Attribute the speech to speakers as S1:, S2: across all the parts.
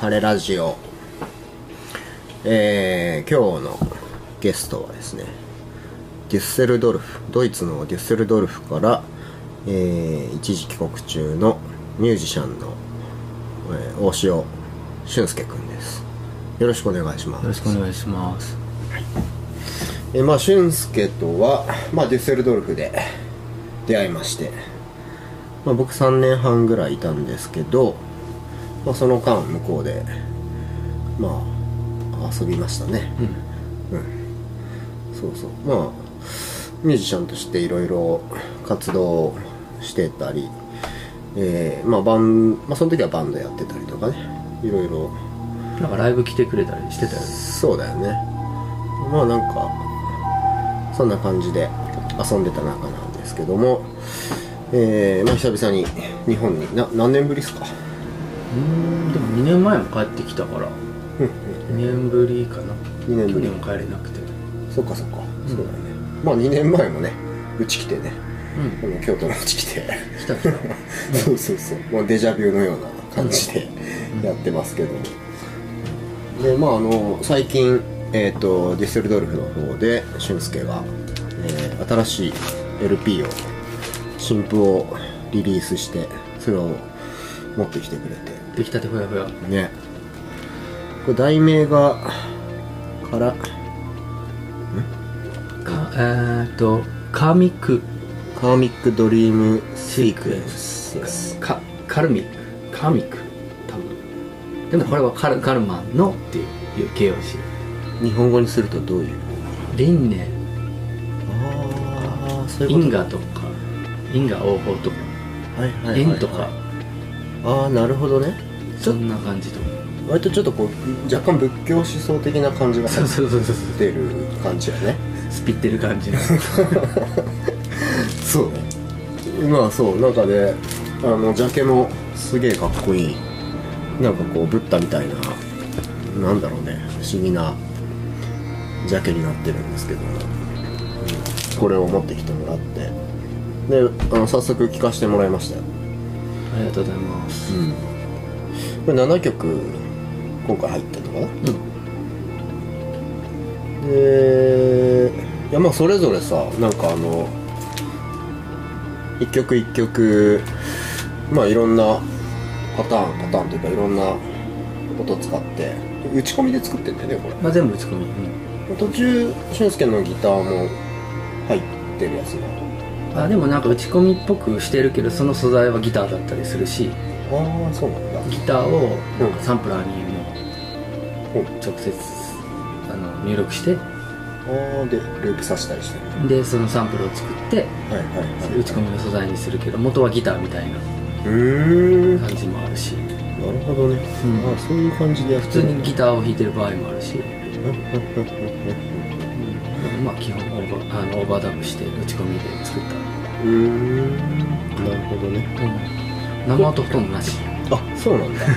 S1: 晴れラジオ」えー今日のゲストはですねデュッセルドルフドイツのデュッセルドルフから、えー一時帰国中のミュージシャンの、えー大塩俊介くんですよろしくお願いします
S2: よろしくお願いします
S1: えーまあ俊介とは、まあ、デュッセルドルフで出会いまして、まあ、僕3年半ぐらいいたんですけど、まあ、その間向こうでまあ遊びましたねうん、そうそうまあミュージシャンとしていろいろ活動してたりえーまあバン、まあ、その時はバンドやってたりとかねいろいろ
S2: なんかライブ来てくれたりしてたよね
S1: そうだよねまあなんかそんな感じで遊んでた中なんですけどもえー、まあ久々に日本にな何年ぶりですか
S2: うんでも2年前も帰ってきたから2年ぶりかな
S1: 二年ぶり
S2: 去年も帰れなくて
S1: そっかそっか、そうだよねまあ2年前もねうち来てね
S2: うん
S1: この京都のうち来て
S2: 来た来た
S1: そうそうそう、まあ、デジャビューのような感じで
S2: うん
S1: やってますけど、でまああの最近、えー、とディッセルドルフの方で俊介が、えー新しい LP を新譜をリリースしてそれを持ってきてくれて
S2: できたてほやほやう
S1: ねこれ題名がから
S2: かえーっとカミク
S1: カーミックドリームシークエンスです
S2: かカルミックカミック多分でもこれはカルカルマンのっていう形容詞
S1: 日本語にするとどういう
S2: リンネ
S1: ああそうい
S2: 因
S1: うこ
S2: 果とか因果応報とか
S1: とはいはいはいはい
S2: 縁とか
S1: ああなるほどね
S2: そんな感じと
S1: 割とちょっとこう若干仏教思想的な感じが
S2: そう
S1: 入
S2: そうそうそう
S1: ってる感じやね
S2: スピってる感 じの
S1: そうまあそうなんかねあのジャケもすげえかっこいいなんかこうブッダみたいななんだろうね不思議なジャケになってるんですけど、うんこれを持ってきてもらってであの早速聴かせてもらいましたよ、
S2: ありがとうございます
S1: これ7曲今回入ってるのかな
S2: うん
S1: でいやまあそれぞれさなんかあの一曲一曲まあいろんなパターンパターンというかいろんな音使って打ち込みで作ってんだよねこ
S2: まあ全部打ち込み、
S1: れ途中俊介のギターも入ってるやつな
S2: あでもなんか打ち込みっぽくしてるけどその素材はギターだったりするし
S1: ああそうなんだ
S2: ギターをなん
S1: う
S2: か
S1: ん
S2: サンプラーにも
S1: うん
S2: 直接あの入力して
S1: ああでループさせたりしてる
S2: でそのサンプルを作って
S1: はいはいはい
S2: 打ち込みの素材にするけど元はギターみたいな
S1: うーんな
S2: 感じもあるし
S1: るほどね、
S2: うん
S1: ああそういう感じでやって
S2: 普通
S1: る
S2: に
S1: んだ
S2: ギターを弾いてる場合もあるし、
S1: う
S2: まあ基本オーバーあのオーバーダブして打ち込みで作っ
S1: ーんなるほどね
S2: た、生音ほとんどなし
S1: あそうなんだへ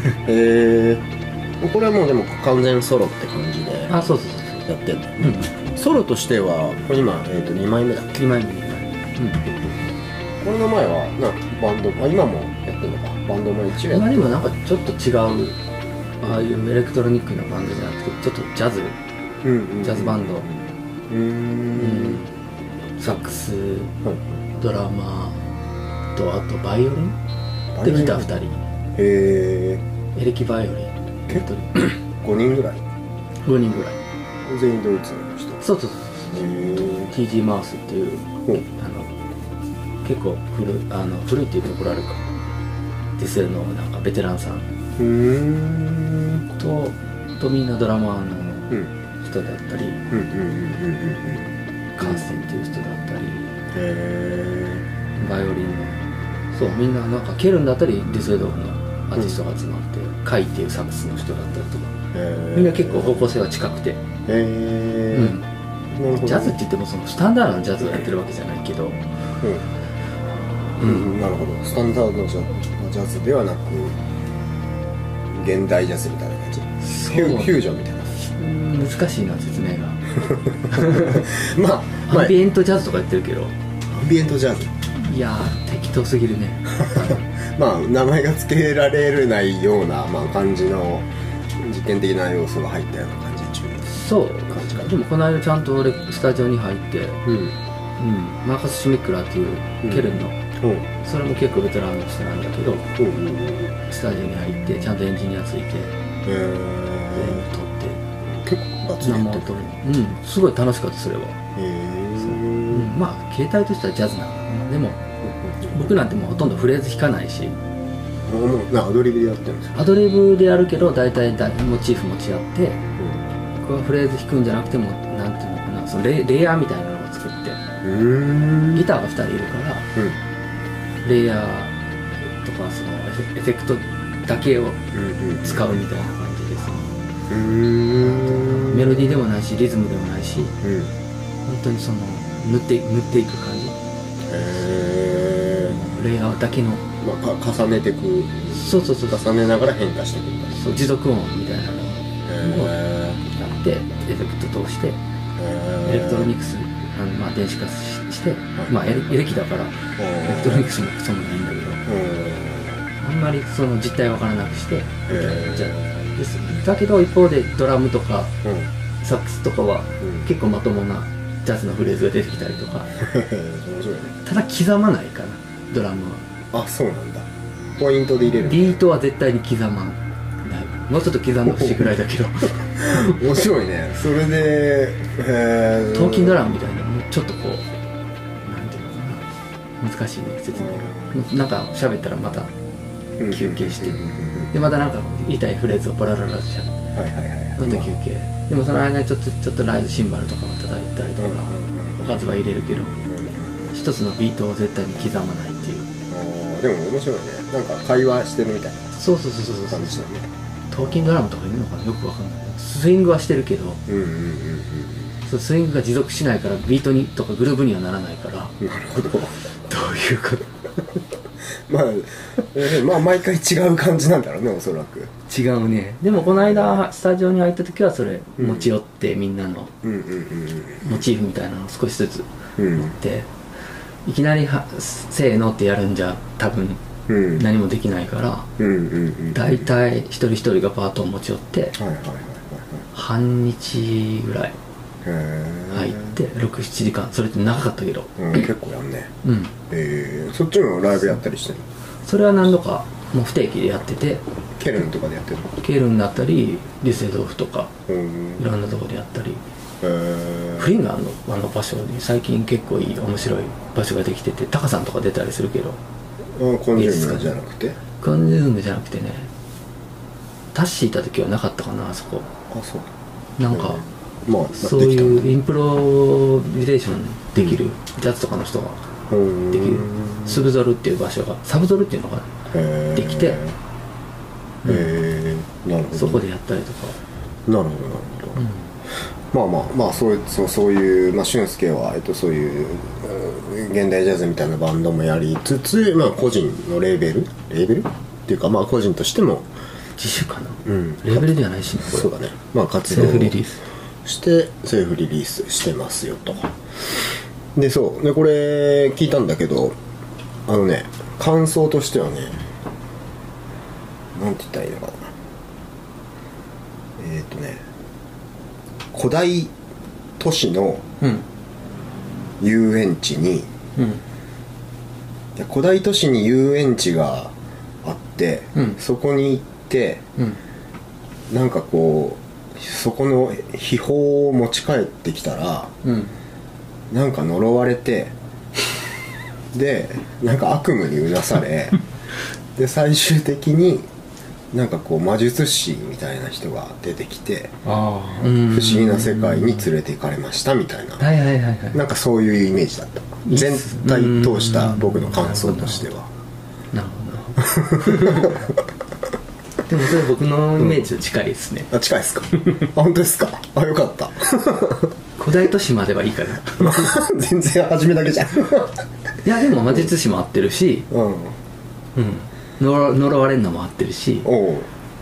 S1: え これはもうでも完全ソロって感じでや
S2: あそうそうそう
S1: ってんだよ
S2: うん
S1: ねソロとしてはこれ今、えー、と2枚目だ
S2: 2枚目2枚目うん
S1: これの前はなバンドあ今もやってんのかバンドも一応やって
S2: 今にもなんかちょっと違うああいうエレクトロニックなバンドじゃなくてちょっとジャズ
S1: る、うんうん
S2: ジャズバンド
S1: うーん
S2: サックス
S1: はい
S2: ドラマーとあとバイオリンでギター2
S1: 人
S2: 人
S1: へえ
S2: エレキバイオリン
S1: 結構5人ぐらい
S2: 5人ぐらい
S1: 全員ドイツの人
S2: そうそうそう
S1: へえ
S2: TG マウスっていうあの結構古いあの古いっていうところあるかディスルのなんかベテランさん
S1: うーん
S2: ととみんなドラマー
S1: うんうん
S2: の人だったり
S1: うんうんうんうんうん
S2: カーステンっていう人だったり
S1: へえ
S2: バイオリンのそうみんななんかケルンだったりディスエドーフのアーティストが集まって、カイっていうサックスの人だったりとかみんな結構方向性は近くて、
S1: へえ
S2: うん
S1: なるほど
S2: ジャズって言ってもそのスタンダードなジャズをやってるわけじゃないけど、
S1: うん、うん、なるほどスタンダードのジャジャズではなく現代ジャズみたいな感じ
S2: そ
S1: フュフュー
S2: う
S1: ジョンみたいな
S2: うん難しいな 説明が
S1: まあ、まあ、
S2: ア
S1: ア
S2: ンビエントジャズとかやってるけど
S1: ンビエントジャズ
S2: いやー適当す ぎるね
S1: まあ名前が付けられないような、まあ、感じの実験的な要素が入ったような感じ中
S2: そうでもこの間ちゃんと俺スタジオに入って、
S1: うん
S2: うん、マーカス・シュミックラーっていうケルンの、
S1: うん
S2: それも結構ベテランの人なんだけど
S1: うんうん
S2: スタジオに入ってちゃんとエンジニアついて全部
S1: え
S2: 撮っ
S1: ー、
S2: て
S1: 結構バツ
S2: 生
S1: リ
S2: 音
S1: と
S2: 取りうんすごい楽しかったそれは、
S1: へ
S2: うん
S1: ー
S2: まあ携帯としてはジャズなのかなでも僕なんてもうほとんどフレーズ弾かないし
S1: うんもうなアドリブでやってるんですか
S2: アドリブでやるけど大体だモチーフ持ち合って
S1: う
S2: ここはフレーズ弾くんじゃなくてもなんていうのかなそのレイレイヤーみたいなのを作って
S1: ん
S2: ギターが2人いるから
S1: うん
S2: レイヤーとかそのエフェエフェクトだけ
S1: う
S2: を
S1: んうん
S2: 使うみたいな感じです、
S1: うーん
S2: メロディーでもないしリズムでもないし
S1: うん
S2: 本当にその塗って塗っていく感じ
S1: へえ
S2: レイヤーだけの
S1: まあか重ねてく
S2: そうそうそうそう
S1: 重ねながら変化していくみたいな
S2: そう持続音みたいなのを
S1: へ
S2: やってエフェクト通して
S1: え
S2: エレクトロニクスあの、まあ、電子化しして、
S1: い
S2: まあ、エレエレキだからエレクトロニクスもクソもないんだけどあんまりその実態わからなくしてみたいなじゃあですだけど一方でドラムとか
S1: うん
S2: サックスとかは
S1: うん
S2: 結構まともなジャズのフレーズが出てきたりとか
S1: 面白いね
S2: ただ刻まないかなドラムは
S1: あそうなんだポイントで入れる
S2: ビートは絶対に刻 まないもうちょっと刻んでほしいぐらいだけど
S1: 面白いねそれでへえ
S2: トーキンドラムみたいなもうちょっとこうなんていうのかな難しいね説明がなんか喋ったらまた
S1: うん
S2: 休憩して
S1: うんうんうん
S2: でまたなんか言いたいフレーズをバラバララしちゃう
S1: うんはいはいはい
S2: また休憩でもその間にちょっとちょっとライズシンバルとかも叩いたりと
S1: うんうん
S2: か
S1: うん
S2: おかずは入れるけ
S1: う
S2: ど
S1: ん
S2: 一つのビートを絶対に刻まないっていう
S1: あーでも面白いねなんか会話してるみたいな
S2: そうそうそうそうそう
S1: 感じだね
S2: トーキングドラムとか言うのかなよくわかんないスイングはしてるけど
S1: うんうんうん
S2: そのスイングが持続しないからビートにとかグルーブにはならないから
S1: うんなるほど
S2: どういうこと
S1: まあ、えーまあ毎回違う感じなんだろうねおそらく
S2: 違うねでもこの間スタジオに入った時はそれ
S1: うん
S2: 持ち寄ってみんなの
S1: うんうんうん
S2: モチーフみたいなのを少しずつ
S1: うん
S2: 持っていきなりはせーのってやるんじゃ多分
S1: うん
S2: 何もできないから
S1: うんうんうん
S2: 大体一人一人がパートを持ち寄って
S1: はいはいはいはい
S2: 半日ぐらい
S1: はい
S2: 入
S1: へ
S2: って67時間それって長かったけど
S1: え、うん、結構やんね
S2: うん
S1: えー、そっちもライブやったりしてるの
S2: それは何度かもう不定期でやってて
S1: ケルンとかでやってるの
S2: ケルンだったり流星豆腐とか
S1: うん
S2: いろんなとこでやったり
S1: えー、
S2: フリーガーのあの場所に最近結構いい面白い場所ができててタカさんとか出たりするけど
S1: あコンジュームじゃなくて
S2: コンジュームじゃなくてねタッシーいた時はなかったかなあそこ
S1: あそう
S2: なんか、
S1: まあ
S2: そう
S1: できたん
S2: い
S1: だ
S2: うインプロビゼーションできるジャズとかの人が
S1: うん
S2: できるスブゾルっていう場所がサブゾルっていうのかな
S1: へー
S2: できて
S1: へえなるほど
S2: そこでやったりとか、
S1: なるほどなるほど、まあまあまあそういうそうそういう、まあ、俊介は、えっと、そういう、うん現代ジャズみたいなバンドもやりつつ、まあ、個人のレーベルレーベルっていうかまあ個人としても、
S2: 自主かな、
S1: うん
S2: レベルではないしねこれ
S1: そうだねまあ活
S2: セ
S1: 動
S2: ルフリリース
S1: してセーフリリースしてますよとでそうでこれ聞いたんだけどあのね感想としてはねなんて言ったらいいのかなえっ、とね古代都市の
S2: うん
S1: 遊園地にい
S2: うん
S1: や古代都市に遊園地があって、
S2: うん
S1: そこに行って
S2: うん
S1: なんかこうそこの秘宝を持ち帰ってきたら
S2: うん
S1: なんか呪われてでなんか悪夢にうなされで最終的になんかこう魔術師みたいな人が出てきて
S2: ああ
S1: 不
S2: 不
S1: 思議な世界に連れて行かれましたみたいな
S2: はいはいはいはい
S1: なんかそういうイメージだった
S2: いいっ
S1: 全
S2: す
S1: 体通した僕の感想としては
S2: なるほど でもそれ僕のイメージと近いですね、
S1: あ近いですかあ本当ですかあよかった
S2: 古代都市まではいいかな
S1: 全然初めだけじゃん
S2: いやでも魔術師も合ってるし、
S1: うん
S2: うん、呪呪われるのも合ってるし
S1: おう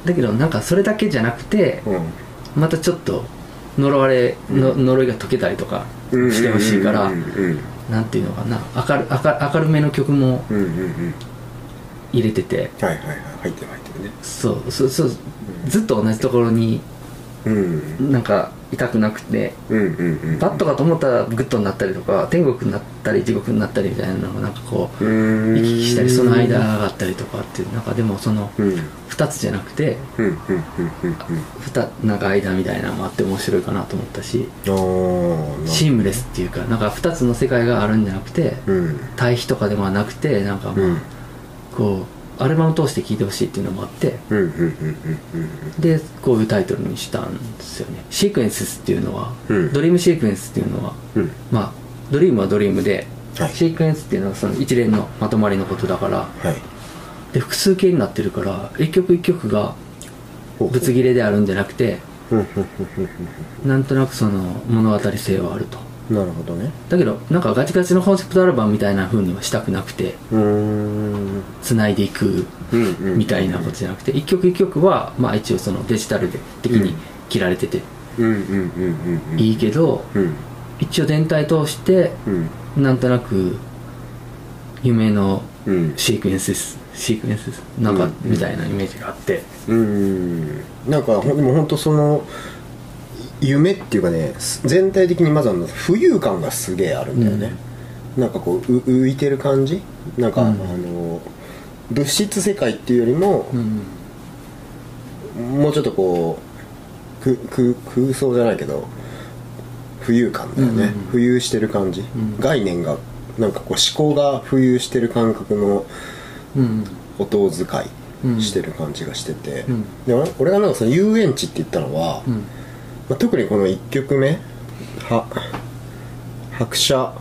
S2: だけどなんかそれだけじゃなくて
S1: うん
S2: またちょっと呪われの呪いが解けたりとかしてほしいから
S1: うんうん
S2: なんていうのかな明る明る明るめの曲も
S1: うんうんうんうん
S2: 入れてて
S1: はいはいはい入ってる入ってるね
S2: そうそうそうずっと同じところに
S1: うん
S2: なんか痛くなくて
S1: うんうんうん
S2: バットかと思ったらグッドになったりとか天国になったり地獄になったりみたいなのがなんかこう
S1: うーん
S2: 行き来したりその間があったりとかっていう中でもその
S1: うんうん
S2: 2つじゃなくて
S1: うんうんうん
S2: 2なんか間みたいなのもあって面白いかなと思ったし
S1: うんああ
S2: シームレスっていうかなんか2つの世界があるんじゃなくて
S1: うん
S2: 対比とかではなくてなんか
S1: うんう
S2: ま
S1: ん
S2: あこうアルバム通して聴いてほしいっていうのもあって
S1: うんうんうん
S2: でこういうタイトルにしたんですよねシークエンスっていうのは、
S1: うん
S2: ドリームシークエンスっていうのは
S1: うんうん
S2: まあドリームはドリームで、
S1: はい
S2: シークエンスっていうのはその一連のまとまりのことだから
S1: はい
S2: で複数形になってるから一曲一曲が
S1: ほうほう
S2: ぶつ切れであるんじゃなくて
S1: うんうんうん
S2: なんとなくその物語性はあると
S1: うんなるほどね
S2: だけどなんかガチガチのコンセプトアルバムみたいな風にはしたくなくて
S1: うーん
S2: 繋いでいく
S1: うんうん
S2: みたいなことじゃなくて一曲一曲はまあ一応そのデジタルで的に切られてて
S1: うんうんうんうんうん
S2: いいけど
S1: うん
S2: 一応全体通して
S1: うん
S2: なんとなく夢の
S1: うん
S2: シークエンスですシークエンスですなん
S1: う
S2: か
S1: ん
S2: みたいなイメージがあって
S1: うんなんかほんでも本当その夢っていうかねす全体的にまずあの浮遊感がすげえあるんだよね、なんかこうう浮いてる感じなんか、
S2: うん
S1: あの物質世界っていうよりも、
S2: うん
S1: もうちょっとこうくく空想じゃないけど浮遊感だよね、
S2: うんうんうん
S1: 浮遊してる感じ、
S2: ん
S1: 概念がなんかこう思考が浮遊してる感覚の
S2: うん
S1: 音遣いしてる感じがしてて、
S2: うん
S1: で俺俺がなんかその遊園地って言ったのは、
S2: うん
S1: まあ、特にこの1曲目は「白車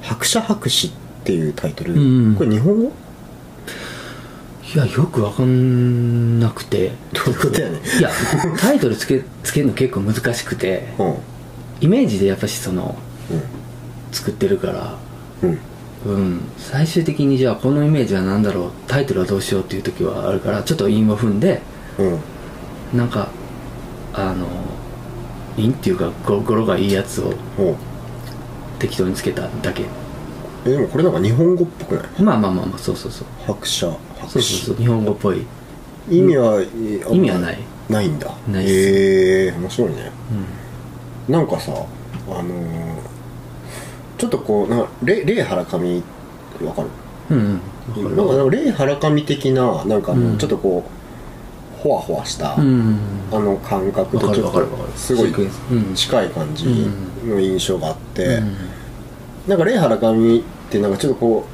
S1: 白車白紙」っていうタイトル、
S2: うんうん
S1: これ日本語
S2: いやよくわかんなくて
S1: どういうことやねん
S2: いやタイトルつけ つけるの結構難しくて
S1: うん
S2: イメージでやっぱしその
S1: う
S2: 作ってるから
S1: んうん
S2: うん最終的にじゃあこのイメージは何だろうタイトルはどうしようっていう時はあるからちょっと韻を踏んで
S1: うん
S2: なんかあの韻っていうかゴゴロがいいやつを
S1: ほう
S2: 適当につけただけ
S1: えでもこれなんか日本語っぽくない
S2: まあまあまあまあそうそうそう
S1: 白車白
S2: そうそ
S1: 紙
S2: うそう日本語っぽい、うん、
S1: 意味は、えー
S2: 意味はない
S1: ないんだ
S2: ないっす
S1: へえ面白いねなんかさあのーちょっとこうなレレイ・ハラカミわかる
S2: うんう
S1: なんん
S2: わかるわ
S1: かレイ・ハラカミ的ななんかあの、
S2: うん
S1: ちょっとこうほわほわした、
S2: うん
S1: あの感覚
S2: わ
S1: と
S2: か
S1: ち
S2: る
S1: ょ
S2: わ
S1: っ
S2: かるわかる
S1: とすごい
S2: シークエンスうん
S1: 近い感じの印象があって、
S2: うん
S1: なんかレイ・ハラカミってなんかちょっとこ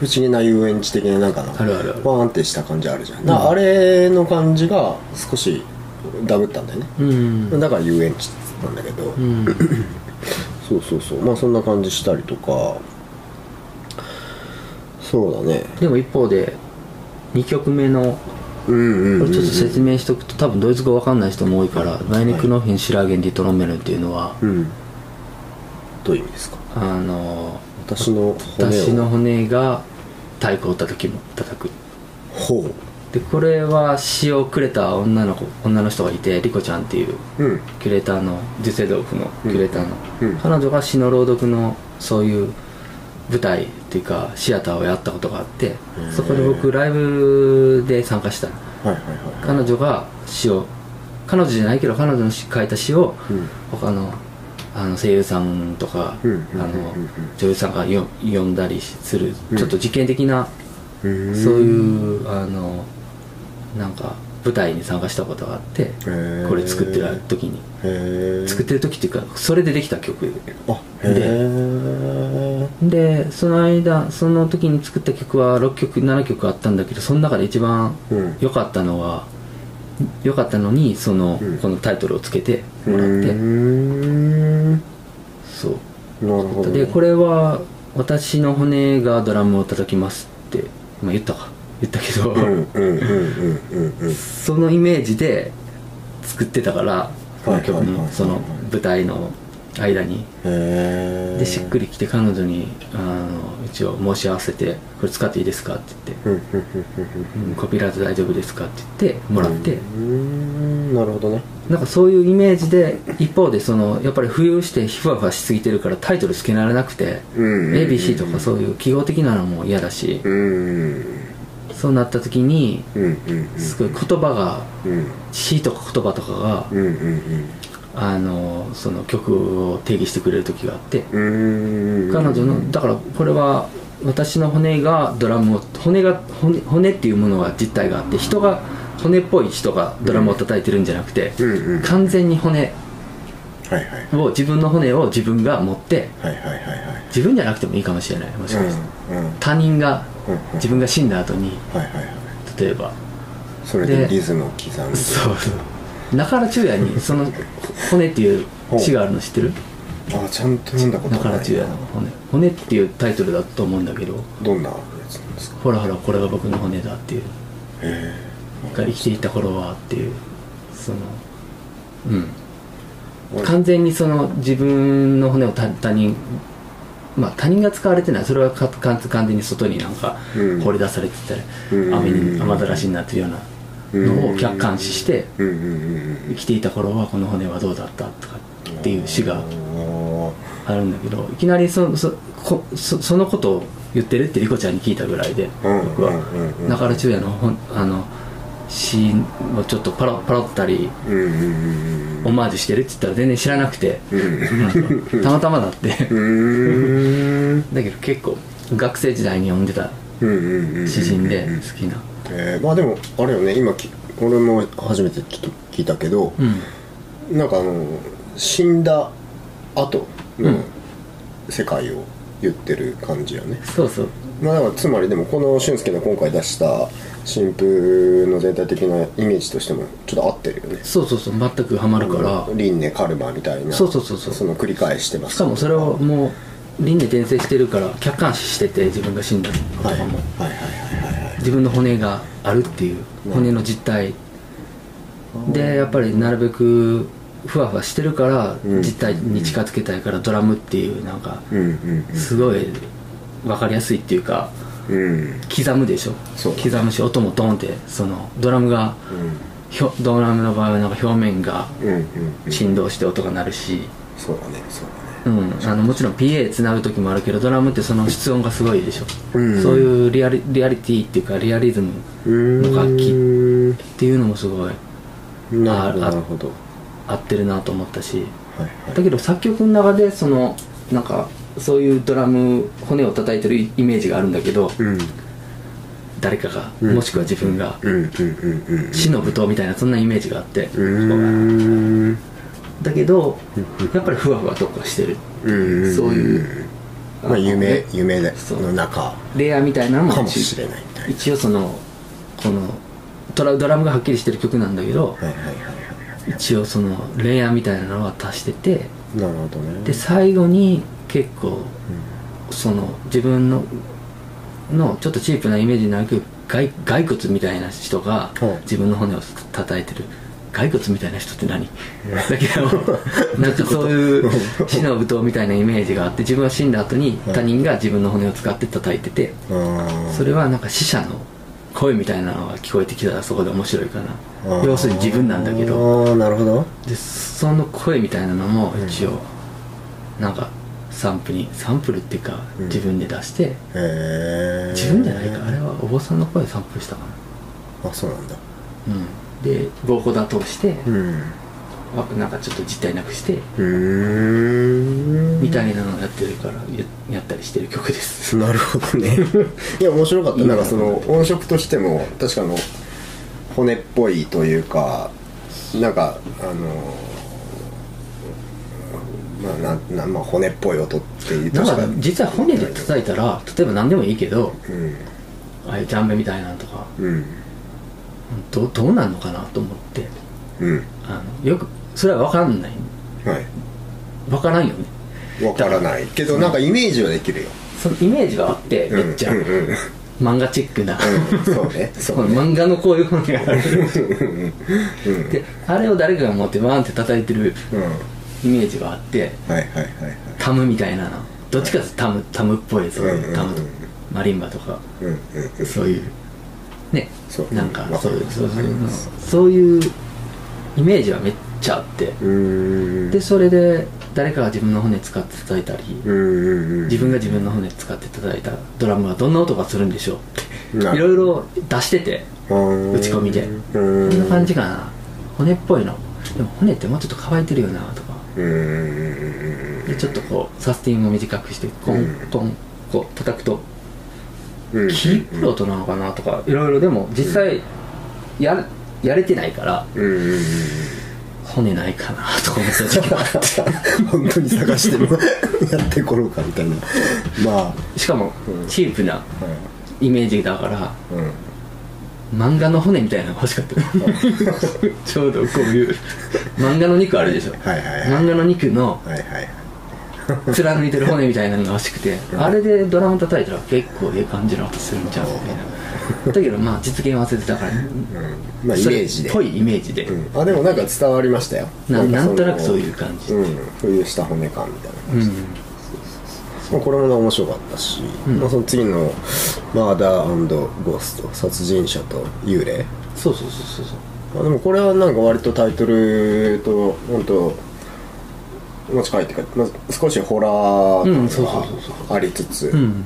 S1: う不思議な遊園地的ななんかな
S2: あるあるある
S1: ワーンってした感じあるじゃん、なあれの感じが少しダブったんだよね、
S2: うん
S1: だから遊園地って言ったんだけど、
S2: うん
S1: そうそうそうまあそんな感じしたりとかそうだね
S2: でも一方で2曲目の
S1: うんうん、
S2: こ
S1: うん、
S2: れちょっと説明しとくと多分ドイツ語わかんない人も多いから「マイネクノフェンシュラーゲン・ディトロンメルン」っていうのは
S1: うんどういう意味ですか
S2: あの
S1: 私の骨を
S2: 私の骨が太鼓を叩きも叩く
S1: ほう
S2: でこれは詩をくれた女の子女の人がいてリコちゃんっていう
S1: うん
S2: キュレーターのデュセドルフのキュレーターの、
S1: うんうん
S2: 彼女が詩の朗読のそういう舞台っていうかシアターをやったことがあって
S1: ー
S2: そこで僕ライブで参加した
S1: はいはいは
S2: 彼女が詩を彼女じゃないけど彼女の詩書いた詩を
S1: いうん
S2: 他のあの声優さんとか、
S1: うん
S2: あ
S1: うんうん
S2: の
S1: うん
S2: 女優さんがよ読んだりする
S1: うん
S2: ちょっと実験的な、
S1: そう
S2: そうい
S1: いう
S2: うあのなんか舞台に参加したことがあってこれ作ってる時に
S1: へえ
S2: 作ってる時っていうかそれでできた曲
S1: あへえ
S2: でその間その時に作った曲は6曲7曲あったんだけどその中で一番
S1: うん
S2: 良かったのは良かったのにその、
S1: うん
S2: このタイトルをつけてもらって、
S1: んな
S2: そう
S1: るほどね
S2: でこれは「私の骨がドラムを叩きます」って、まあ、言ったか言ったけど、
S1: うんうんうんうんうんうん
S2: そのイメージで作ってたからこの曲
S1: はいはいはい
S2: の
S1: はい
S2: その舞台の間に
S1: へえ
S2: でしっくりきて彼女にあの一応申し合わせて「これ使っていいですか?」って言って
S1: うんうんうん
S2: 「うんコピーライト大丈夫ですか?」って言ってもらって、
S1: うんなるほどね
S2: なんかそういうイメージで一方でそのやっぱり浮遊してふわふわしすぎてるからタイトルつけられなくて、
S1: うん
S2: ABC とかそういう記号的なのも嫌だし、
S1: うん
S2: そうなった時に
S1: うんうんうん
S2: すごい言葉が
S1: うん
S2: 詩とか言葉とかが
S1: うんうん
S2: あのその曲を定義してくれる時があって
S1: うんうんうん
S2: 彼女のだからこれは私の骨がドラムを骨が骨骨っていうものが実体があって人が骨っぽい人がドラムを叩いてるんじゃなくて
S1: うんうんはい
S2: 完全に骨
S1: はいはい
S2: を自分の骨を自分が持って
S1: はいはいはい
S2: 自分じゃなくてもいいかもしれないもし
S1: うん
S2: かして
S1: うんうん
S2: 他人が
S1: うん
S2: 自分が死んだ後に
S1: はいはいはい
S2: 例えば
S1: それで
S2: で
S1: リズムを刻んで
S2: そう中原中也にその骨っていう詩があるの知ってる
S1: あちゃんと読んだこと
S2: 中
S1: ない
S2: 原中也の骨骨っていうタイトルだと思うんだけど
S1: どんなやつなんですか
S2: ほらほらこれが僕の骨だっていう
S1: へ
S2: が生きていた頃はっていうそのうん
S1: え
S2: 完全にその自分の骨を他他人まあ他人が使われてないそれはかか完全に外になんか
S1: うん
S2: 掘り出されてたり、
S1: うん
S2: 雨に雨だらしになってるようなのを客観視して
S1: うんうんうん
S2: 生きていた頃はこの骨はどうだったとかっていう詩が
S1: うん
S2: あるんだけどいきなりそそこそそのことを言ってるってリコちゃんに聞いたぐらいで
S1: うん
S2: 僕は
S1: うんうんうん
S2: 中原中也のほんあの詩をちょっとパロパロったり
S1: うんうん
S2: オマージュしてるって言ったら全然知らなくて、うんたまたまだって
S1: うんうん
S2: だけど結構学生時代に読んでた
S1: うんうんうん
S2: 詩人で好きな
S1: えーまあでもあれよね今き俺も初めてちょっと聞いたけど、
S2: うん
S1: なんかあの死んだ後
S2: う
S1: の
S2: ん
S1: 世界を言ってる感じよね、
S2: そうそう
S1: まあだからつまりでもこの俊介の今回出した新風の全体的なイメージとしてもちょっと合ってるよね
S2: そうそうそう全くハマるから
S1: 輪廻カルマみたいな
S2: そうそうそうそう
S1: の繰り返してます
S2: しかもそれをもう輪廻転生してるから客観視してて自分が死んだこと
S1: はい
S2: と
S1: はい
S2: かも、
S1: はいはいはい
S2: 自分の骨があるっていう骨の実態でやっぱりなるべくふわふわしてるから
S1: うん
S2: 実態に近づけたいからドラムっていうなんか
S1: うんうん
S2: すごい分かりやすいっていうか
S1: うんうん
S2: 刻むでしょ
S1: そう
S2: 刻むし音もドンってそのドラムがひょドラムの場合はなんか表面が
S1: うんうんうん
S2: 振動して音が鳴るし、
S1: そうだねそう
S2: うん、あのもちろん PA つなぐ時もあるけどドラムってその室温がすごいでしょ、
S1: うん
S2: そういうリアリリアリティっていうかリアリズム
S1: だね
S2: の楽器
S1: う
S2: っていうのもすごい
S1: ーんなるほど
S2: あ
S1: なるほどは
S2: 合ってるなと思った
S1: い
S2: し
S1: はい
S2: だけど作曲の中でそのなんかそういうドラム骨を叩いてるイメージがあるんだけど
S1: うん
S2: 誰かが、
S1: うん
S2: もしくは自分が
S1: うんうんうんうん
S2: 死の舞踏みたいなそんなイメージがあって、
S1: うーん
S2: だけどやっぱりふわふわとかしてる、
S1: うん
S2: そういう
S1: まあ夢
S2: ね
S1: 夢で
S2: そう
S1: の中
S2: レイヤーみたいなの
S1: か
S2: も
S1: もしれないみたい
S2: 一応そのこのドラドラムがはっきりしてる曲なんだけど、
S1: なはいはいはいは
S2: 一応そのレイヤーみたいなのは足してて
S1: いなるほどね
S2: で最後に結構その自分ののちょっとチープなイメージになるけど骸骸骨みたいな人が
S1: はい
S2: 自分の骨を叩いてる骸骨みたいな人っ て何だけどなんかそういう死の舞踏みたいなイメージがあって自分は死んだ後に他人が自分の骨を使って叩いてて
S1: うん
S2: それはなんか死者の声みたいなのが聞こえてきたらそこで面白いか
S1: あ
S2: な
S1: ー
S2: 要するに自分なんだけど
S1: ああなるほど
S2: でその声みたいなのも一応なんかサンプルにサンプルっていうか
S1: うん
S2: 自分で出して、
S1: へえ
S2: 自分じゃないかあれはお坊さんの声サンプルしたかな
S1: あそうなんだ
S2: うんで暴行打倒して、
S1: うん
S2: わなんかちょっと実体なくして
S1: うーん
S2: みたいなのをやってるからややったりしてる曲で す
S1: なるほど ねいや面白かったなんかその音色としても確かあの骨っぽいというかなんかあのまあなんなんまあ骨っぽい音っていう
S2: だ
S1: 確
S2: か
S1: からに
S2: 実は骨で叩いたら例えば何でもいいけど
S1: うん
S2: ああいうジャンベみたいなのとか
S1: うん
S2: どどうなんのかなと思って
S1: うん
S2: あのよくそれは分かんない
S1: はい
S2: 分からんよね
S1: わからないけどなんかイメージはできるよ
S2: そのイメージはあって
S1: うん
S2: めっちゃ、
S1: うんうんうん
S2: 漫画チックな、
S1: そう ねそう
S2: この漫画のこういう本があるであれを誰かが持ってバーンって叩いてる
S1: うんはい
S2: イメージがあって
S1: はいはいはい
S2: タムみたいなのどっちかっていうとタムタムっぽいそう
S1: うんうんう
S2: い
S1: ん
S2: うタムとマリンバとか
S1: うんうんうん
S2: そういうね
S1: そう
S2: なんか
S1: わか
S2: そう
S1: り
S2: いう
S1: ます
S2: そうそう
S1: わかり
S2: いう
S1: ます
S2: そういうイメージはめっちゃあって
S1: うーん
S2: でそれで誰かが自分の骨使って叩いたり
S1: うんうんうん
S2: 自分が自分の骨使って叩いたドラムはどんな音がするんでしょうってい
S1: なる
S2: ろいろ出してて
S1: 打
S2: 打ち込みで
S1: う
S2: こ
S1: ん
S2: んな感じかな骨っぽいのでも骨ってもうちょっと乾いてるよなとか
S1: うん
S2: でちょっとこうサスティンを短くしてコン
S1: うん
S2: コンこう叩くと
S1: うん
S2: キープロトなのかなとかいろいろでも実際ややれてないから
S1: うんうんうん
S2: 骨ないかなとか思った時期もあっ
S1: 本当に探してもやってころうかみたいなまあ
S2: てしかもチープなイメージだから
S1: うんうん
S2: 漫画の骨みたいなのが欲しかった ちょうどこういう漫画の肉あるでしょ
S1: はいはいはい
S2: 漫画の肉の
S1: はいはい
S2: 貫いてる骨みたいなのが欲しくてあれでドラム叩いたら結構ええ感じの音するんちゃうみたいなだけどまあ実現は忘れてたから
S1: まあイメージで
S2: それっぽいイメージで、
S1: うんあでもなんか伝わりましたよ
S2: な
S1: か
S2: なん
S1: そ
S2: と
S1: の
S2: なくそういう感じ
S1: うん浮遊した骨感みたいな
S2: うん、
S1: まあ、これもね面白かったし、
S2: うん
S1: まあ、その次の「マーダーゴースト」「殺人者と幽霊
S2: そうそうそうそうそう」
S1: まあ、でもこれはなんか割とタイトルと本当持ち帰ってか、まあ、少しホラ
S2: うん
S1: ー
S2: そう
S1: 感
S2: そうそう
S1: がありつつ
S2: うん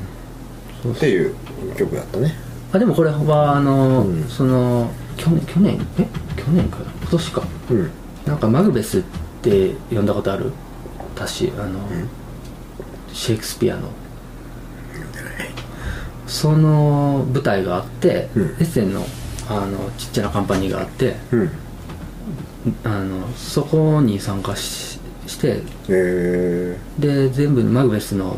S1: っていう曲だったね
S2: あでもこれはあの、
S1: うん
S2: その去年去年え去年かな今年か
S1: うん
S2: なんかマグベスって呼んだことある私あの、シェイクスピアのその舞台があって、
S1: うん
S2: エッセンのあのちっちゃなカンパニーがあって
S1: うん
S2: あのそこに参加しして
S1: え
S2: で全部マグベスの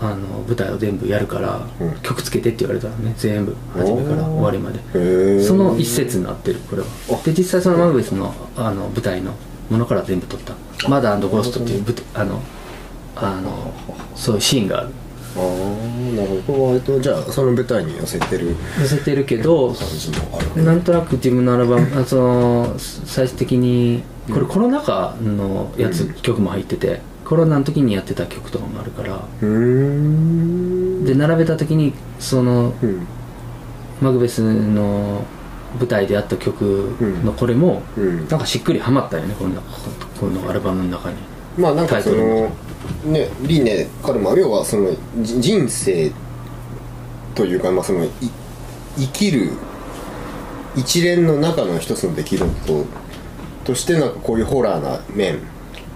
S2: あの舞台を全部やるから、
S1: うん
S2: 曲つけてって言われたのね全部初めから終わりまで
S1: ー、へー
S2: その一節になってるこれは
S1: あ
S2: で実際そのマグベスのあの舞台のものから全部撮った「マダーゴースト」っていう舞台あのあのそういうシーンがある
S1: ああなるほどこれ割とじゃあその舞台に寄せてる
S2: 寄せてるけど
S1: 感じもあるね
S2: なんとなく自分のアルバムあその最終的にこれコロナ禍のやつ、
S1: うん
S2: 曲も入っててコロナの時にやってた曲とかもあるから
S1: うーん
S2: で並べた時にその
S1: うん
S2: マグベスの舞台でやった曲のこれも、
S1: うん
S2: なんかしっくりはまったよねこのこのアルバムの中に
S1: まあなんかそ
S2: タイト
S1: のねリーネカルマ要はそのじ人生というかまあそのい生きる一連の中の一つの出来事としてなんかこういうホラーな面っ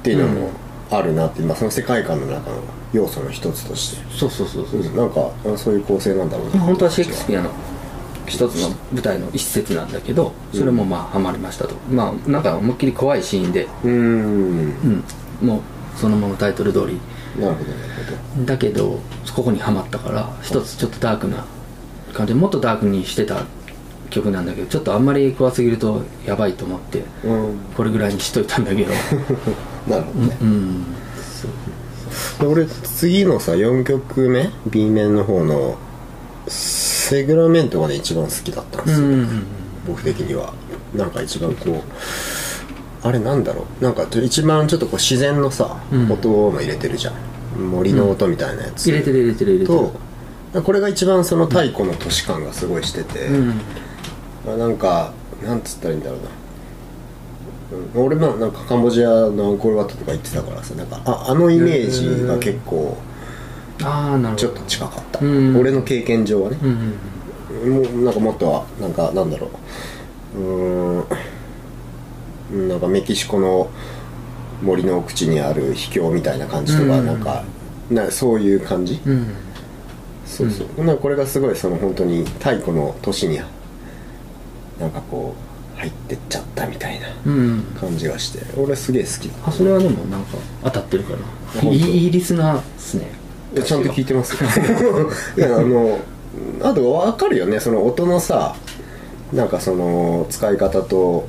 S1: ていうのもあるなって、まあその世界観の中の要素の一つとして、
S2: そうそうそうそう
S1: なんかそういう構成なんだろうな
S2: 本当はシェイクスピアの一つの舞台の一節なんだけどそれもまあハマりましたと、まあなんか思いっきり怖いシーンで、
S1: うーんな
S2: うん、もうそのままタイトル通り
S1: るほどなるほど
S2: だけどここにはまったから一つちょっとダークな感じもっとダークにしてた曲なんだけどちょっとあんまり怖すぎるとやばいと思って
S1: うん
S2: これぐらいにしといたんだけど
S1: なるほどね、
S2: うん
S1: で俺次のさ4曲目 B 面の方のセグラメントがね一番好きだったんで
S2: う
S1: すよ、
S2: ん
S1: 僕的にはなんか一番こうあれなんだろうなんか一番ちょっとこう自然のさ、
S2: うん
S1: 音も入れてるじゃん森の音みたいなやつ、
S2: 入れてる入れてる入れてる
S1: とこれが一番その太古の都市感がすごいしてて、
S2: うん
S1: まあ、なんかなんつったらいいんだろうな、うん、俺もなんかカンボジアのアンコールワットとか行ってたからさなんかああのイメージが結構
S2: ああなるほど
S1: ちょっと近かった、
S2: うん
S1: 俺の経験上はね
S2: う、んうん
S1: もうなんかもっとはなんかなんだろううーんなんかメキシコの森の奥地にある秘境みたいな感じとか、
S2: うん
S1: なんかなそういう感じ、
S2: うん
S1: そうそう、なんかこれがすごいその本当に太古の都市になんかこう入ってっちゃったみたいな
S2: うん
S1: 感じがして俺すげえ好きだ
S2: あそれはでもなんか当たってるか
S1: 本
S2: な
S1: 当
S2: いいいいリスナーっすね
S1: いやちゃんと聞いてます いやあのあと分かるよねその音のさなんかその使い方と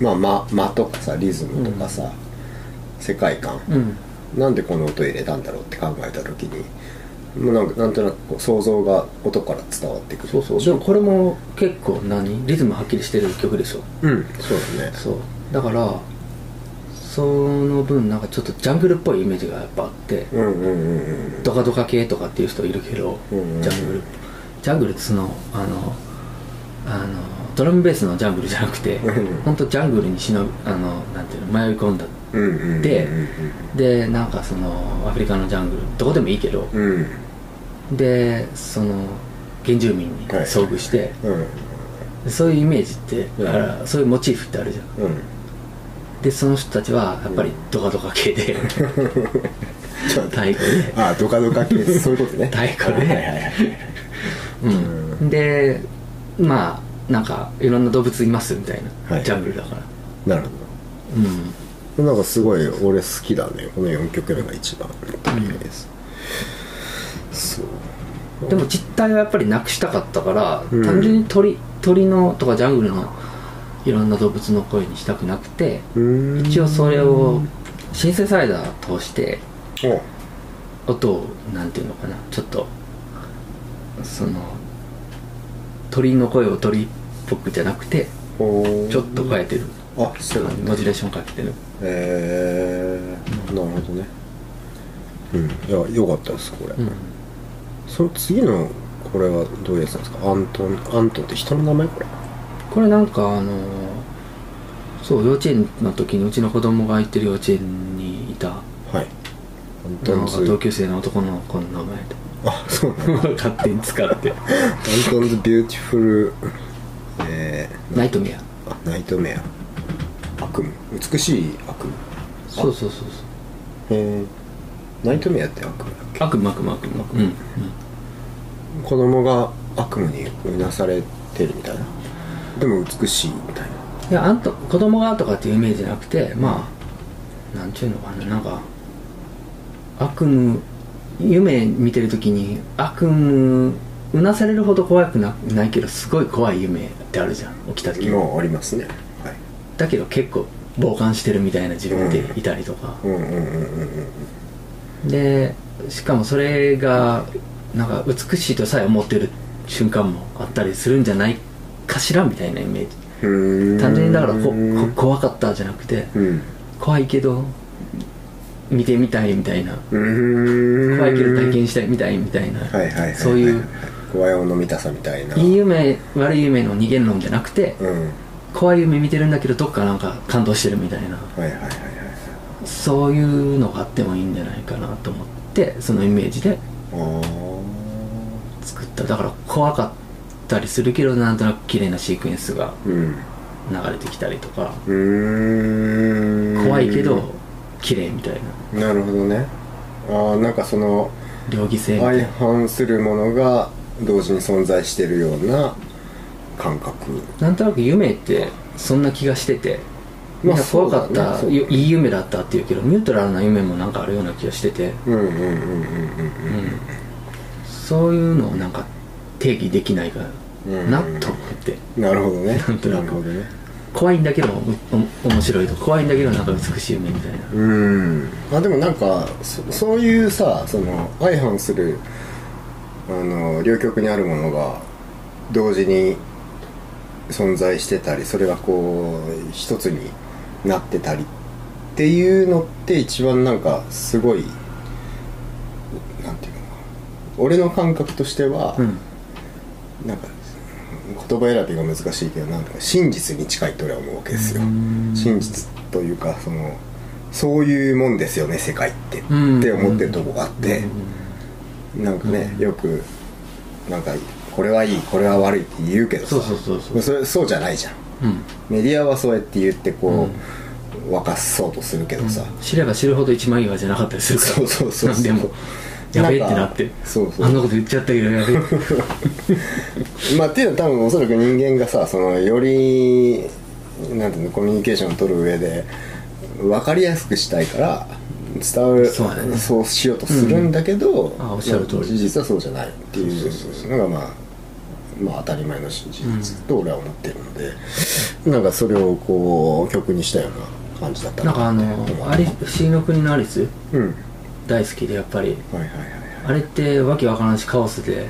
S1: まあ間間とかさリズムとかさ、世界観、
S2: うん
S1: なんでこの音入れたんだろうって考えた時にもうなんかなんとなくこう想像が音から伝わってくる
S2: そうそうでもこれも結構何リズムはっきりしてる曲でしょ
S1: うんそうだね
S2: そうだからその分なんかちょっとジャングルっぽいイメージがやっぱあって
S1: うんうんうんうん
S2: ドカドカ系とかっていう人いるけど
S1: う
S2: ジ
S1: んうんうん
S2: ャングルジャングルってそのあのあのドラムベースのジャングルじゃなくて
S1: うん
S2: 本当ジャングルに忍ぶあのなんていうの迷い込んだ
S1: うんうんうんうん
S2: ででなんかそのアフリカのジャングルどこでもいいけど
S1: うん
S2: でその原住民に
S1: はい
S2: 遭遇して、
S1: うん
S2: そういうイメージって
S1: うん
S2: だからそういうモチーフってあるじゃ ん
S1: うん
S2: でその人たちはやっぱりドカドカ 系で
S1: ちょっと
S2: 太鼓で
S1: ああドカドカ系そういうことね
S2: 太鼓で
S1: はいはいはい
S2: うんでまあなんかいろんな動物いますみたいな、
S1: はい
S2: ジャングルだから
S1: なるほ
S2: う
S1: ど
S2: ん
S1: なんかすごい俺好きだねこの4曲目が一番とりあえずそう
S2: でも実態はやっぱりなくしたかったから、
S1: うん
S2: 単純に鳥鳥のとかジャングルのいろんな動物の声にしたくなくて
S1: うーん
S2: 一応それをシンセサイザー通して
S1: お
S2: 音をなんていうのかなちょっとその鳥の声を鳥っぽくじゃなくて
S1: お
S2: ちょっと変えてる
S1: あそうなんだ
S2: モジュレーションかけてる
S1: えー、なるほどねうんいやよかったですこれ、
S2: うん
S1: その次のこれはどういうやつなんですかアントンアントンって人の名前これ
S2: これなんかあのそう幼稚園の時にうちの子供が行ってる幼稚園にいた
S1: はいアント
S2: な
S1: ン
S2: んか同
S1: ズ
S2: 級生の男の子の名前で
S1: あそうなんだ
S2: 勝手に使って
S1: アントンズ・ビューティフル、え
S2: ナイトメア
S1: ー、あナイトメア悪夢美しい悪夢
S2: そうそうそう
S1: えー、ナイトメアって悪夢だっけ
S2: そう悪魔悪魔悪魔うん、うん、
S1: 子供が悪夢にうなされてるみたいなでも美しいみたいない
S2: やあんと子供がとかっていうイメージじゃなくてまあなんちゅうのかななんか悪夢夢見てる時に悪夢うなされるほど怖くなないけどすごい怖い夢ってあるじゃん起きた時
S1: 今ありますねはい
S2: だけど結構傍観してるみたいな自分でいたりとか、
S1: うんうんうんうんうん
S2: でしかもそれがなんか美しいとさえ思ってる瞬間もあったりするんじゃないかしらみたいなイメージ
S1: うーん
S2: 単純にだからこ
S1: うん
S2: こ怖かったじゃなくて
S1: うん
S2: 怖いけど見てみたいみたいな
S1: うん
S2: 怖いけど体験したいみたいみたいな、
S1: はいはいはい、はい、
S2: そういう
S1: 怖いもの見たさみたいない
S2: い夢悪い夢の逃げるのじゃなくて
S1: うんは
S2: 怖い夢見てるんだけどどっかなんか感動してるみたいない
S1: はいはいはい
S2: そういうのがあってもいいんじゃないかなと思ってそのイメージで
S1: あ
S2: 作っただから怖かったりするけどなんとなく綺麗なシークエンスが
S1: あうん
S2: 流れてきたりとか
S1: うーん
S2: 怖いけど綺麗みたいな
S1: なるほどねああんかその
S2: 両義性みたい
S1: 相
S2: な
S1: 反するものが同時に存在してるような感覚
S2: なんとなく夢ってそんな気がしてて
S1: ま
S2: み
S1: あ
S2: んな怖かった、
S1: そうだね
S2: よいい夢だったっていうけどニュートラルな夢もなんかあるような気がしてて、
S1: うんうんうんうんうん
S2: うんそういうのをなんか定義できないか
S1: うん
S2: なと思って
S1: うんなるほどね
S2: なんとなく
S1: るほどね
S2: 怖いんだけどおも面白いと怖いんだけどなんか美しい夢みたいな
S1: うんあでもなんかそそういうさその相反するあの両極にあるものが同時に存在してたりそれがこう一つになってたりっていうのって一番なんかすごいなんていうのかな俺の感覚としては、
S2: うん
S1: なんか言葉選びが難しいけどなんか真実に近いと俺は思うわけですよ
S2: うん
S1: 真実というかそのそういうもんですよね世界ってっ
S2: うん
S1: て思ってるとこがあってなんかねよくなんかこれはいいこれは悪いって言うけどさ
S2: そうそうそうそう
S1: それそうじゃないじゃん
S2: うん
S1: メディアはそうやって言ってこう、沸かそうとするけどさ、
S2: 知れば知るほど一枚岩じゃなかったりするから
S1: そうそうそうそう
S2: なんでもやべえってなって
S1: なんかそうそう
S2: あんなこと言っちゃったけどやべえ
S1: まあっていうのは多分おそらく人間がさそのよりなんていうのコミュニケーションを取る上で分かりやすくしたいから伝わる
S2: そうだね
S1: そうしようとするんだけど、
S2: あおっしゃる通り
S1: まあ実はそうじゃないっていうのがまあまあ当たり前の事実と俺は思ってるので、なんかそれをこう曲にしたような感じだった
S2: なんかあ
S1: って思う
S2: のアリ不思議の国のアリス
S1: うんはい
S2: 大好きでやっぱり
S1: はいはい
S2: あれってわけわからんしカオスで
S1: はい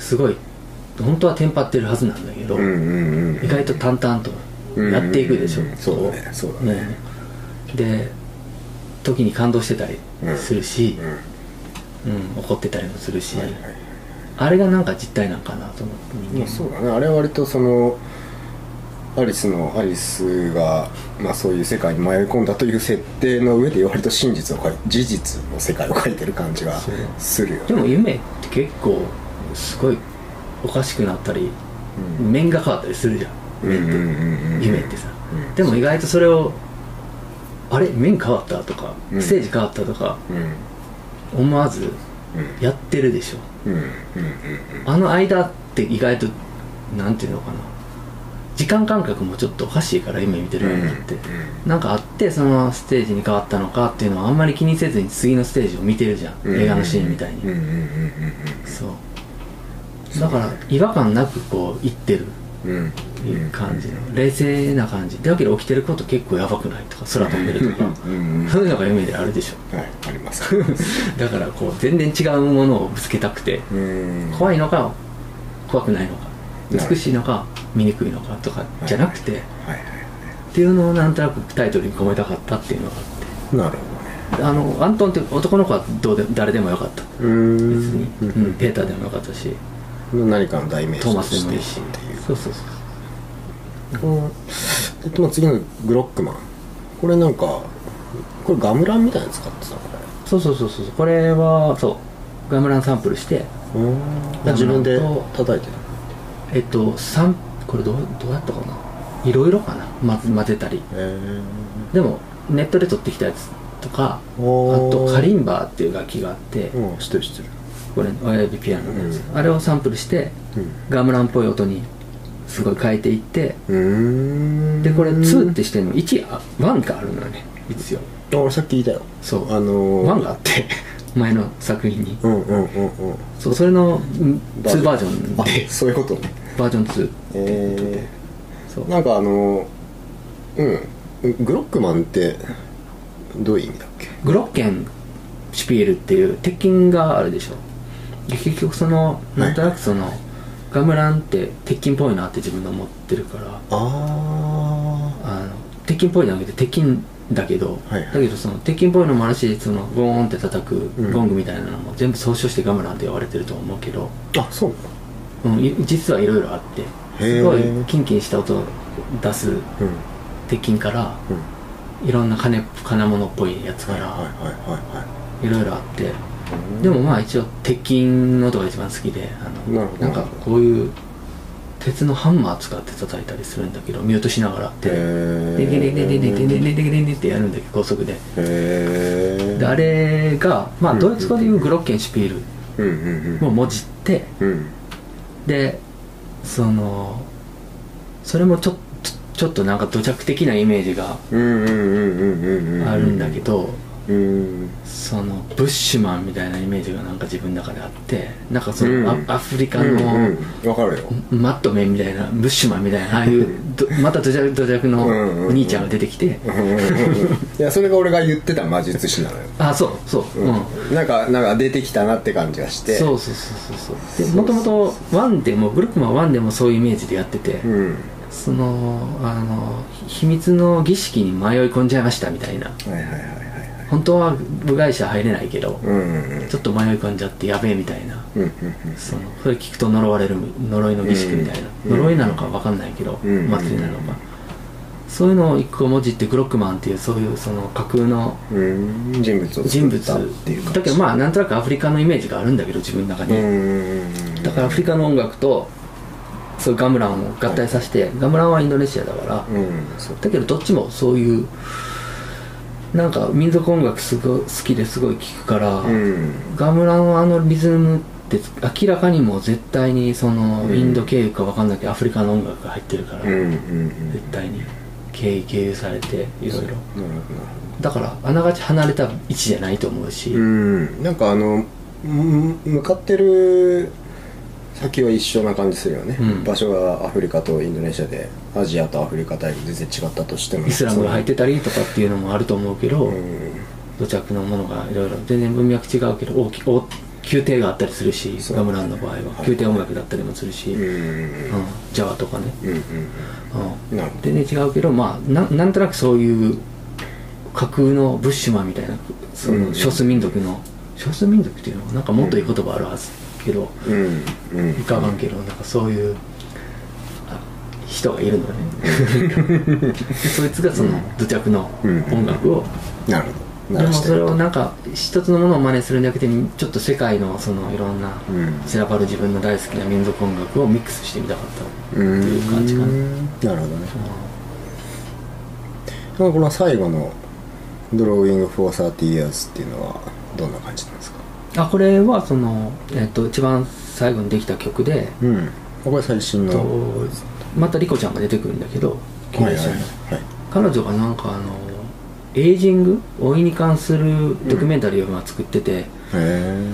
S2: すごい本当はテンパってるはずなんだけど、
S1: うんうんうんうん
S2: 意外と淡々とやっていくでしょ、
S1: うんうんうんそうだねそうだね
S2: うんで時に感動してたりするし、
S1: うん
S2: うん怒ってたりもするし、
S1: はいはい
S2: あれがなんか実態なんかなと思って人
S1: まあ
S2: 間
S1: そうだねあれは割とそのアリスのアリスが、まあ、そういう世界に迷い込んだという設定の上で割と真実を書い事実の世界を書いてる感じが
S2: そう
S1: するよね
S2: でも夢って結構すごいおかしくなったり、面が変わったりするじゃん面って、夢ってさ、
S1: うん
S2: でも意外とそれをあれ面変わったとか、
S1: うん
S2: ステージ変わったとか
S1: うんうん
S2: 思わず
S1: うん
S2: やってるでしょ、
S1: うん
S2: あの間って意外となんていうのかな時間感覚もちょっとおかしいから夢見てるようになって、なんかあってそのステージに変わったのかっていうのはあんまり気にせずに次のステージを見てるじゃん、
S1: うん
S2: 映画のシーンみたいに、
S1: うんうんうん
S2: そうだから違和感なくこういってる
S1: うんうん
S2: いう感じの冷静な感じでわけで起きてること結構やばくないとか空飛んでるとか
S1: うんうん
S2: そういうのが夢であるでしょ
S1: はいあります
S2: だからこう全然違うものをぶつけたくて
S1: うん
S2: 怖いのか怖くないのか
S1: なるほど
S2: 美しいのか醜いのかとかじゃなくて、
S1: はいはい
S2: っていうのをなんとなくタイトルに込めたかったっていうのがあって
S1: なるほ
S2: あのアントンって男の子はどうで誰でもよかった
S1: どねうん
S2: 別に、うんペーターでもよかったし
S1: 何かの代名詞
S2: トーマ
S1: と
S2: ス
S1: し
S2: でも
S1: て
S2: いいし
S1: っていう
S2: そうそうそう
S1: このでまあ次のグロックマンこれなんかこれガムランみたいなの使ってたのこ
S2: そうそうそうそうこれはそうガムランサンプルして
S1: れ
S2: ガムランと
S1: 自分で叩いて
S2: えっとサンこれどうどうやったかないろいろかな、ま、混ぜたり
S1: たへ
S2: でもネットで取ってきたやつとか
S1: えあ
S2: あとカリンバーっていう楽器があって
S1: うんしてるしてる
S2: これ親指ピアノのやつ、
S1: う
S2: あれをサンプルしてガムランっぽい音にすごい変えていって
S1: うん
S2: でこれ2っててしてんの1あ1があるのよね一応
S1: 俺さっき言いたよ
S2: そう
S1: あのー
S2: 1があって前の作品に
S1: うんうんうんうん
S2: そうそれのうん2バージョン
S1: あ
S2: で
S1: そういうことね
S2: バージョン2
S1: え
S2: そう
S1: ー、なんかあのうんグロックマンってどういう意味だっけ
S2: グロッケンシュピールっていう鉄筋があるでしょで結局そのなんとなくその、ガムランって鉄筋っぽいなって自分が思ってるから
S1: あ
S2: あの鉄筋っぽいなわけで鉄筋だけど、
S1: はいはい
S2: だけどその鉄筋っぽいのもあるしそのゴーンって叩く
S1: うん
S2: ゴングみたいなのも全部総称してガムランって呼ばれてると思うけど、
S1: ああそう
S2: うん、い実はいろいろあって
S1: へー
S2: すごいキンキンした音を出す
S1: うんうん
S2: 鉄筋からいろんな金金物っぽいやつ
S1: は
S2: か
S1: いはいはい
S2: ら
S1: はいはい
S2: ろいろあって、でもまあ一応鉄筋の音が一番好きであ
S1: な
S2: の
S1: るほど
S2: んかこういう鉄のハンマー使って叩いたりするんだけどミュートしながらって
S1: へ
S2: でででででででで
S1: へ
S2: ででででってやるんだけど高速で
S1: え
S2: であれがま
S1: う
S2: あ
S1: ん
S2: ドイツ語でいうグロッケンシュピール
S1: うんうん
S2: をもじって
S1: うんうん
S2: でそのそれもちょっとちょっとなんか土着的なイメージが
S1: うんうんうんうんうんうん
S2: あるんだけど
S1: うん
S2: そのブッシュマンみたいなイメージがなんか自分の中であってなんかそ
S1: うん
S2: のアアフリカ
S1: うん
S2: の
S1: うんわかるよ
S2: マットメンみたいなブッシュマンみたいなああいうどまた土着土着のお兄ちゃんが出てきて
S1: うんうんうんいやそれが俺が言ってた魔術師なのよ
S2: あそうそううん
S1: なんかなんか出てきたなって感じがして
S2: そうそうそうそうそうでもともとワンでもグルックマンワンでもそういうイメージでやってて、
S1: うん
S2: そのあの秘密の儀式に迷い込んじゃいましたみたいな
S1: はいはいはいはい
S2: 本当は部外者入れないけど、
S1: うんうん
S2: ちょっと迷い込んじゃってやべえみたいな、
S1: うん
S2: そのそれ聞くと呪われる呪いの儀式みたいな、
S1: うん
S2: 呪いなのか分かんないけど、
S1: うん
S2: 祭りなのか、そういうのを一個文字ってグロックマンっていうそういうその架空の
S1: うんうん人物を
S2: 人
S1: 作
S2: 物
S1: ったっていうか
S2: だけどまあなんとなくアフリカのイメージがあるんだけど自分の中に、
S1: うんうんうん
S2: だからアフリカの音楽とそういうガムランを合体させて、ガムランはインドネシアだから、
S1: うんそう
S2: だけどどっちもそういうなんか民族音楽すごい好きですごい聴くから、
S1: うん
S2: ガムランはあのリズムって明らかにもう絶対にその、
S1: うん
S2: インド経由か分かんないけどアフリカの音楽が入ってるから、
S1: うんうんうん
S2: 絶対に経由経由されていろ
S1: なるほ
S2: いろ
S1: どなるほど
S2: だからあながち離れた位置じゃないと思うし、
S1: うんなんかあのむ向かってる先は一緒な感じするよね、
S2: うん
S1: 場所がアフリカとインドネシアでアジアとアフリカ大陸全然違ったとしても
S2: イスラムが入ってたりとかっていうのもあると思うけど、
S1: うん
S2: 土着のものがいろいろ全然文脈違うけど大き大宮廷があったりするし
S1: そう
S2: ガムランの場合は
S1: はい
S2: 宮廷音楽だったりもするし、
S1: うん
S2: うん、ジャワとかね、
S1: うんうん
S2: う
S1: うんなるほ
S2: ん、全然違うけどまあななんとなくそういう架空のブッシュマンみたいなそ
S1: うん
S2: の少数民族の少数民族っていうのはなんかもっといい言葉あるはずけど
S1: どうんうん
S2: いかがんけどなんかそういうあ人がいるの ねそいつがその土着の音楽を
S1: なるほ鳴
S2: で
S1: ら
S2: も
S1: した
S2: そ
S1: り
S2: れ
S1: と
S2: をなんか一つのものを真似するんじゃなくてちょっと世界のそのいろんな
S1: うん
S2: 散らばる自分の大好きな民族音楽をミックスしてみたかったって
S1: うん
S2: いう感じかな、うん
S1: なるほどねまあこの最後の「ドローイング・フォー・30 years」っていうのはどんな感じなんですか
S2: あこれはその、えっと、一番最後にできた曲で、
S1: うんこれ最新
S2: えっ
S1: の、
S2: と
S1: は
S2: またリコちゃんが出てくるんだけど
S1: いはい
S2: 経営者の
S1: はい
S2: 彼女がなんかあのエイジング老いに関するドキュメンタリーを今作ってて、
S1: へ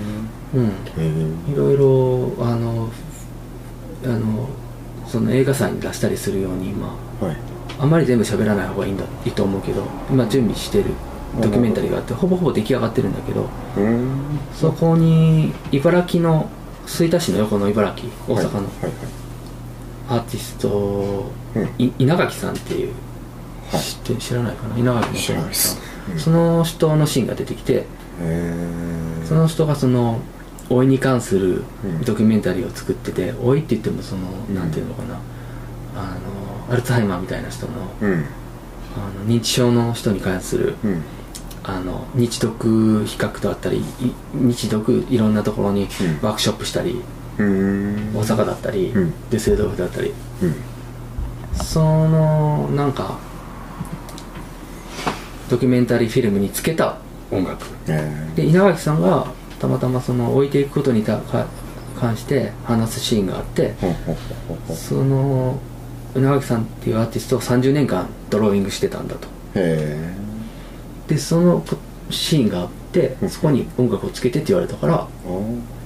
S2: うん、
S1: えへ
S2: いろいろあのあのその映画祭に出したりするように今
S1: えはい
S2: あまり全部喋らない方がいいんだいいと思うけど今準備してるドキュメンタリーがあってほぼほぼ出来上がってるんだけど
S1: うん
S2: そこに茨城の吹田市の横の茨城大
S1: は
S2: 阪の
S1: いはい
S2: アーティスト、
S1: うん
S2: い稲垣さんっていう、
S1: はい
S2: 知って知らないかな稲垣
S1: 知らない
S2: さ
S1: ですう
S2: ん
S1: ん
S2: その人のシーンが出てきて
S1: へえ
S2: その人がその老いに関する
S1: うん
S2: ドキュメンタリーを作ってて老いって言ってもその
S1: うん
S2: なんていうのかなあのアルツハイマーみたいな人の
S1: うん
S2: あの認知症の人に関する
S1: うん
S2: あの日読比較だったりい日読いろんなところに
S1: うん
S2: ワークショップしたり
S1: うん
S2: 大阪だったり
S1: うん
S2: デュッセルドルフだったり
S1: うん
S2: そのなんかドキュメンタリーフィルムにつけた音楽
S1: へ
S2: で稲垣さんがたまたまその置いていくことにたか関して話すシーンがあって
S1: えほうほうほうほうほう
S2: その稲垣さんっていうアーティストを30年間ドローイングしてたんだと
S1: へ
S2: でそのこシーンがあってそこに音楽をつけてって言われたから
S1: えああ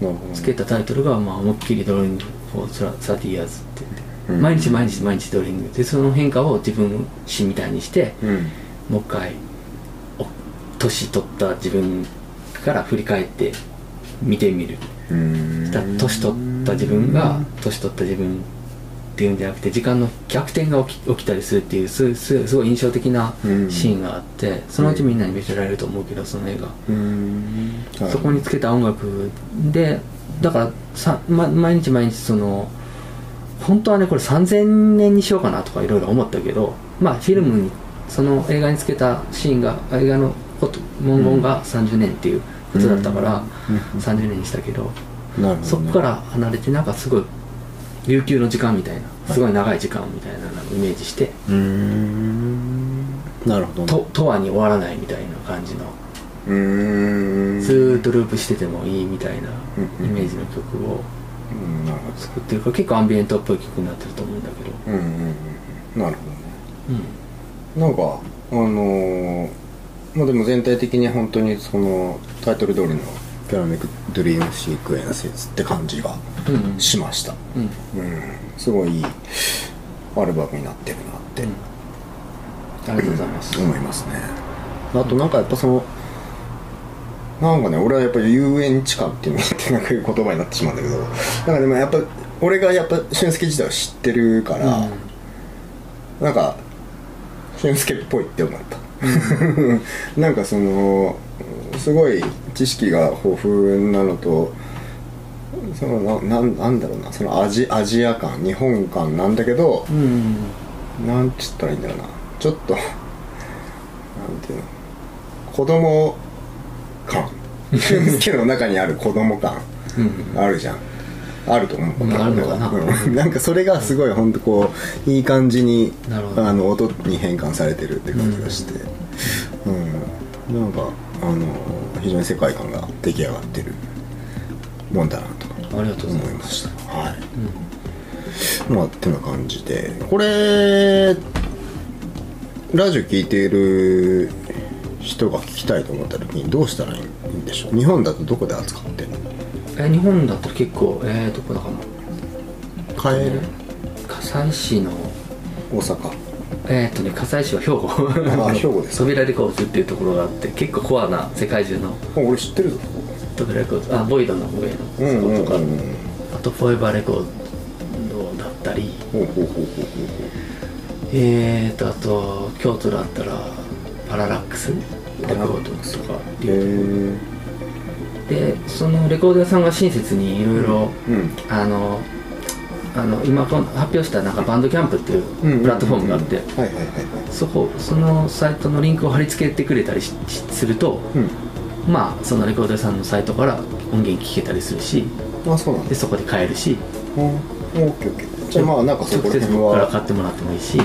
S1: なるほど
S2: つけたタイトルが、まあ、思いっきりドローイングフォー30 years って言って、
S1: うん
S2: 毎日毎日毎日ドローイングでその変化を自分史みたいにして、
S1: うん
S2: もう一回お年取った自分から振り返って見てみる
S1: うん
S2: だ年取った自分が年取った自分っていうんじゃなくて時間の逆転が起き起きたりするっていうすすすごい印象的なシ
S1: うん
S2: ーンがあって、そのうちみんなに見せられると思うけどその映画、
S1: うんはい
S2: そこにつけた音楽でだからさ、ま、毎日毎日その本当はねこれ3000年にしようかなとかいろいろ思ったけどまあフィルムにその映画につけたシーンが映画のこと文言が30年っていうことだったから、
S1: うん
S2: 30年にしたけど、
S1: なるほどね
S2: そこから離れてなんかすごい琉球の時間みたいなすごい長い時間みたいなのをイメージして、
S1: うーんなるほどね
S2: ととはに終わらないみたいな感じの
S1: うーん
S2: ずーっとループしててもいいみたいな
S1: う
S2: イ
S1: ん
S2: メージの曲を
S1: うんなるほ
S2: 作ってるから結構アンビエントっぽい曲になってると思うんだけど、
S1: どうんうんうんなる
S2: う
S1: ほ
S2: ん、
S1: どねなんかあのーまあでも全体的に本当にそのタイトル通りの「ピラミック・ドリーム・シークエンス」って感じが
S2: うんうん
S1: しました
S2: うん
S1: うんすごいいいアルバムになってるなって
S2: ありがとうございます、
S1: 思いますねあとなんかやっぱそのなんかね俺はやっぱり遊園地感っていうのってなんかいう言葉になってしまうんだけどなんかでもやっぱ俺がやっぱ俊介自体を知ってるから、なんか俊介っぽいって思った なんかそのすごい知識が豊富なのとそのななんなんだろうなそのアジアジア感日本感なんだけど、
S2: うんうん
S1: なんつったらいいんだろうなちょっとなんていうの子供感俊介の中にある子供感
S2: うん
S1: あるじゃんあると思う、
S2: うんあるのかな
S1: うんなんかそれがすごい本当こういい感じに
S2: なるほど
S1: あの音に変換されてるって感じがしてうん、なんかあの非常に世界観が出来上がってるもんだなと
S2: ありがとうござ
S1: 思
S2: い
S1: い
S2: ま
S1: ますしたはい、まあってな感じでこれラジオ聞いている人が聞きたいと思った時にどうしたらいいんでしょう日本だとどこで扱ってるの
S2: え日本だったら結構えー、どこだかな
S1: 買える
S2: 葛西市の
S1: 大阪
S2: えー、っとね葛西市は兵庫
S1: あ兵庫ですか
S2: 扉レコーズっていうところがあって結構コアな世界中の
S1: あ俺知ってるぞ
S2: 扉レコーズあボイドの上の
S1: うんうんうん
S2: そことか、
S1: うん
S2: あとフォーエバーレコードだったり
S1: ほうほうほうほうほう
S2: えーとあと京都だったらパララックスレコードとか
S1: へえ
S2: でそのレコード屋さんが親切にいろいろ
S1: うん
S2: あのあの今この発表したなんかバンドキャンプっていうプラットフォームがあって、
S1: はいはいはいはい
S2: そこそのサイトのリンクを貼り付けてくれたりししすると、
S1: うん
S2: まあそのレコード屋さんのサイトから音源聞けたりするし
S1: あそうなん
S2: で
S1: です
S2: そこで買えるし
S1: おオッケーオッケーじゃあまあなんかそこら
S2: 直接
S1: 辺
S2: ここから
S1: は
S2: 買ってもらってもいいし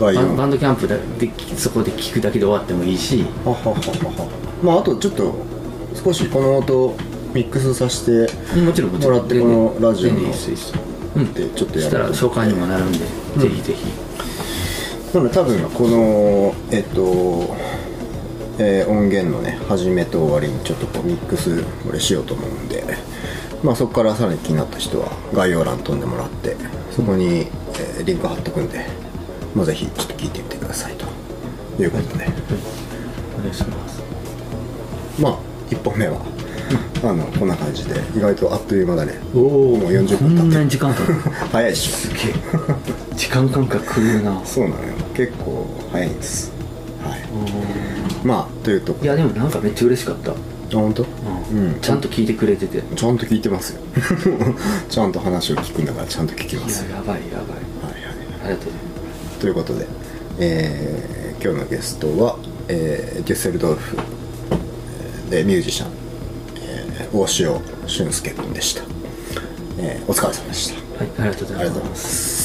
S2: バ
S1: 概要
S2: ンバンドキャンプででそこで聞くだけで終わってもいいし
S1: はははははまああとちょっと少しこの音ミックスさせて
S2: もちろんもち
S1: も
S2: ろん
S1: らってこのラジオ
S2: 全
S1: の
S2: 然いいですうん
S1: でちょっと
S2: そ
S1: や
S2: した
S1: ろ
S2: ら
S1: うと
S2: 紹介にもなるんで、ぜひぜひ
S1: なので多分このえっと、えー音源のね始めと終わりにちょっとこうミックスこれしようと思うんで、まあ、そこからさらに気になった人は概要欄飛んでもらってそこに、えーリンク貼っとくんで、まあ、ぜひちょっと聞いてみてくださいということで、
S2: お願いします
S1: まあ1本目はあのこんな感じで意外とあっという間だね
S2: おお
S1: もう40
S2: こ
S1: 分経っ
S2: ん
S1: て
S2: な
S1: る
S2: に時間かかる
S1: 早いっしょ
S2: すげえ 時間感覚狂うな
S1: そうなのよ結構早いんですはいまあというとこ
S2: いやでもなんかめっちゃ嬉しかった、
S1: あ本当
S2: うん
S1: うん
S2: ちゃんと聞いてくれててい
S1: ちゃんと聞いてますよ ちゃんと話を聞くんだからちゃんと聞きます
S2: ややばいやばい
S1: はいはい
S2: ありがとう
S1: ということで、えー今日のゲストは、えーデュッセルドルフえーでミュージシャン、えー大塩俊介君でした、えーお疲れ様でした
S2: はいありがとうご
S1: あ
S2: ざ
S1: り
S2: い
S1: がとうござい
S2: ま
S1: ますす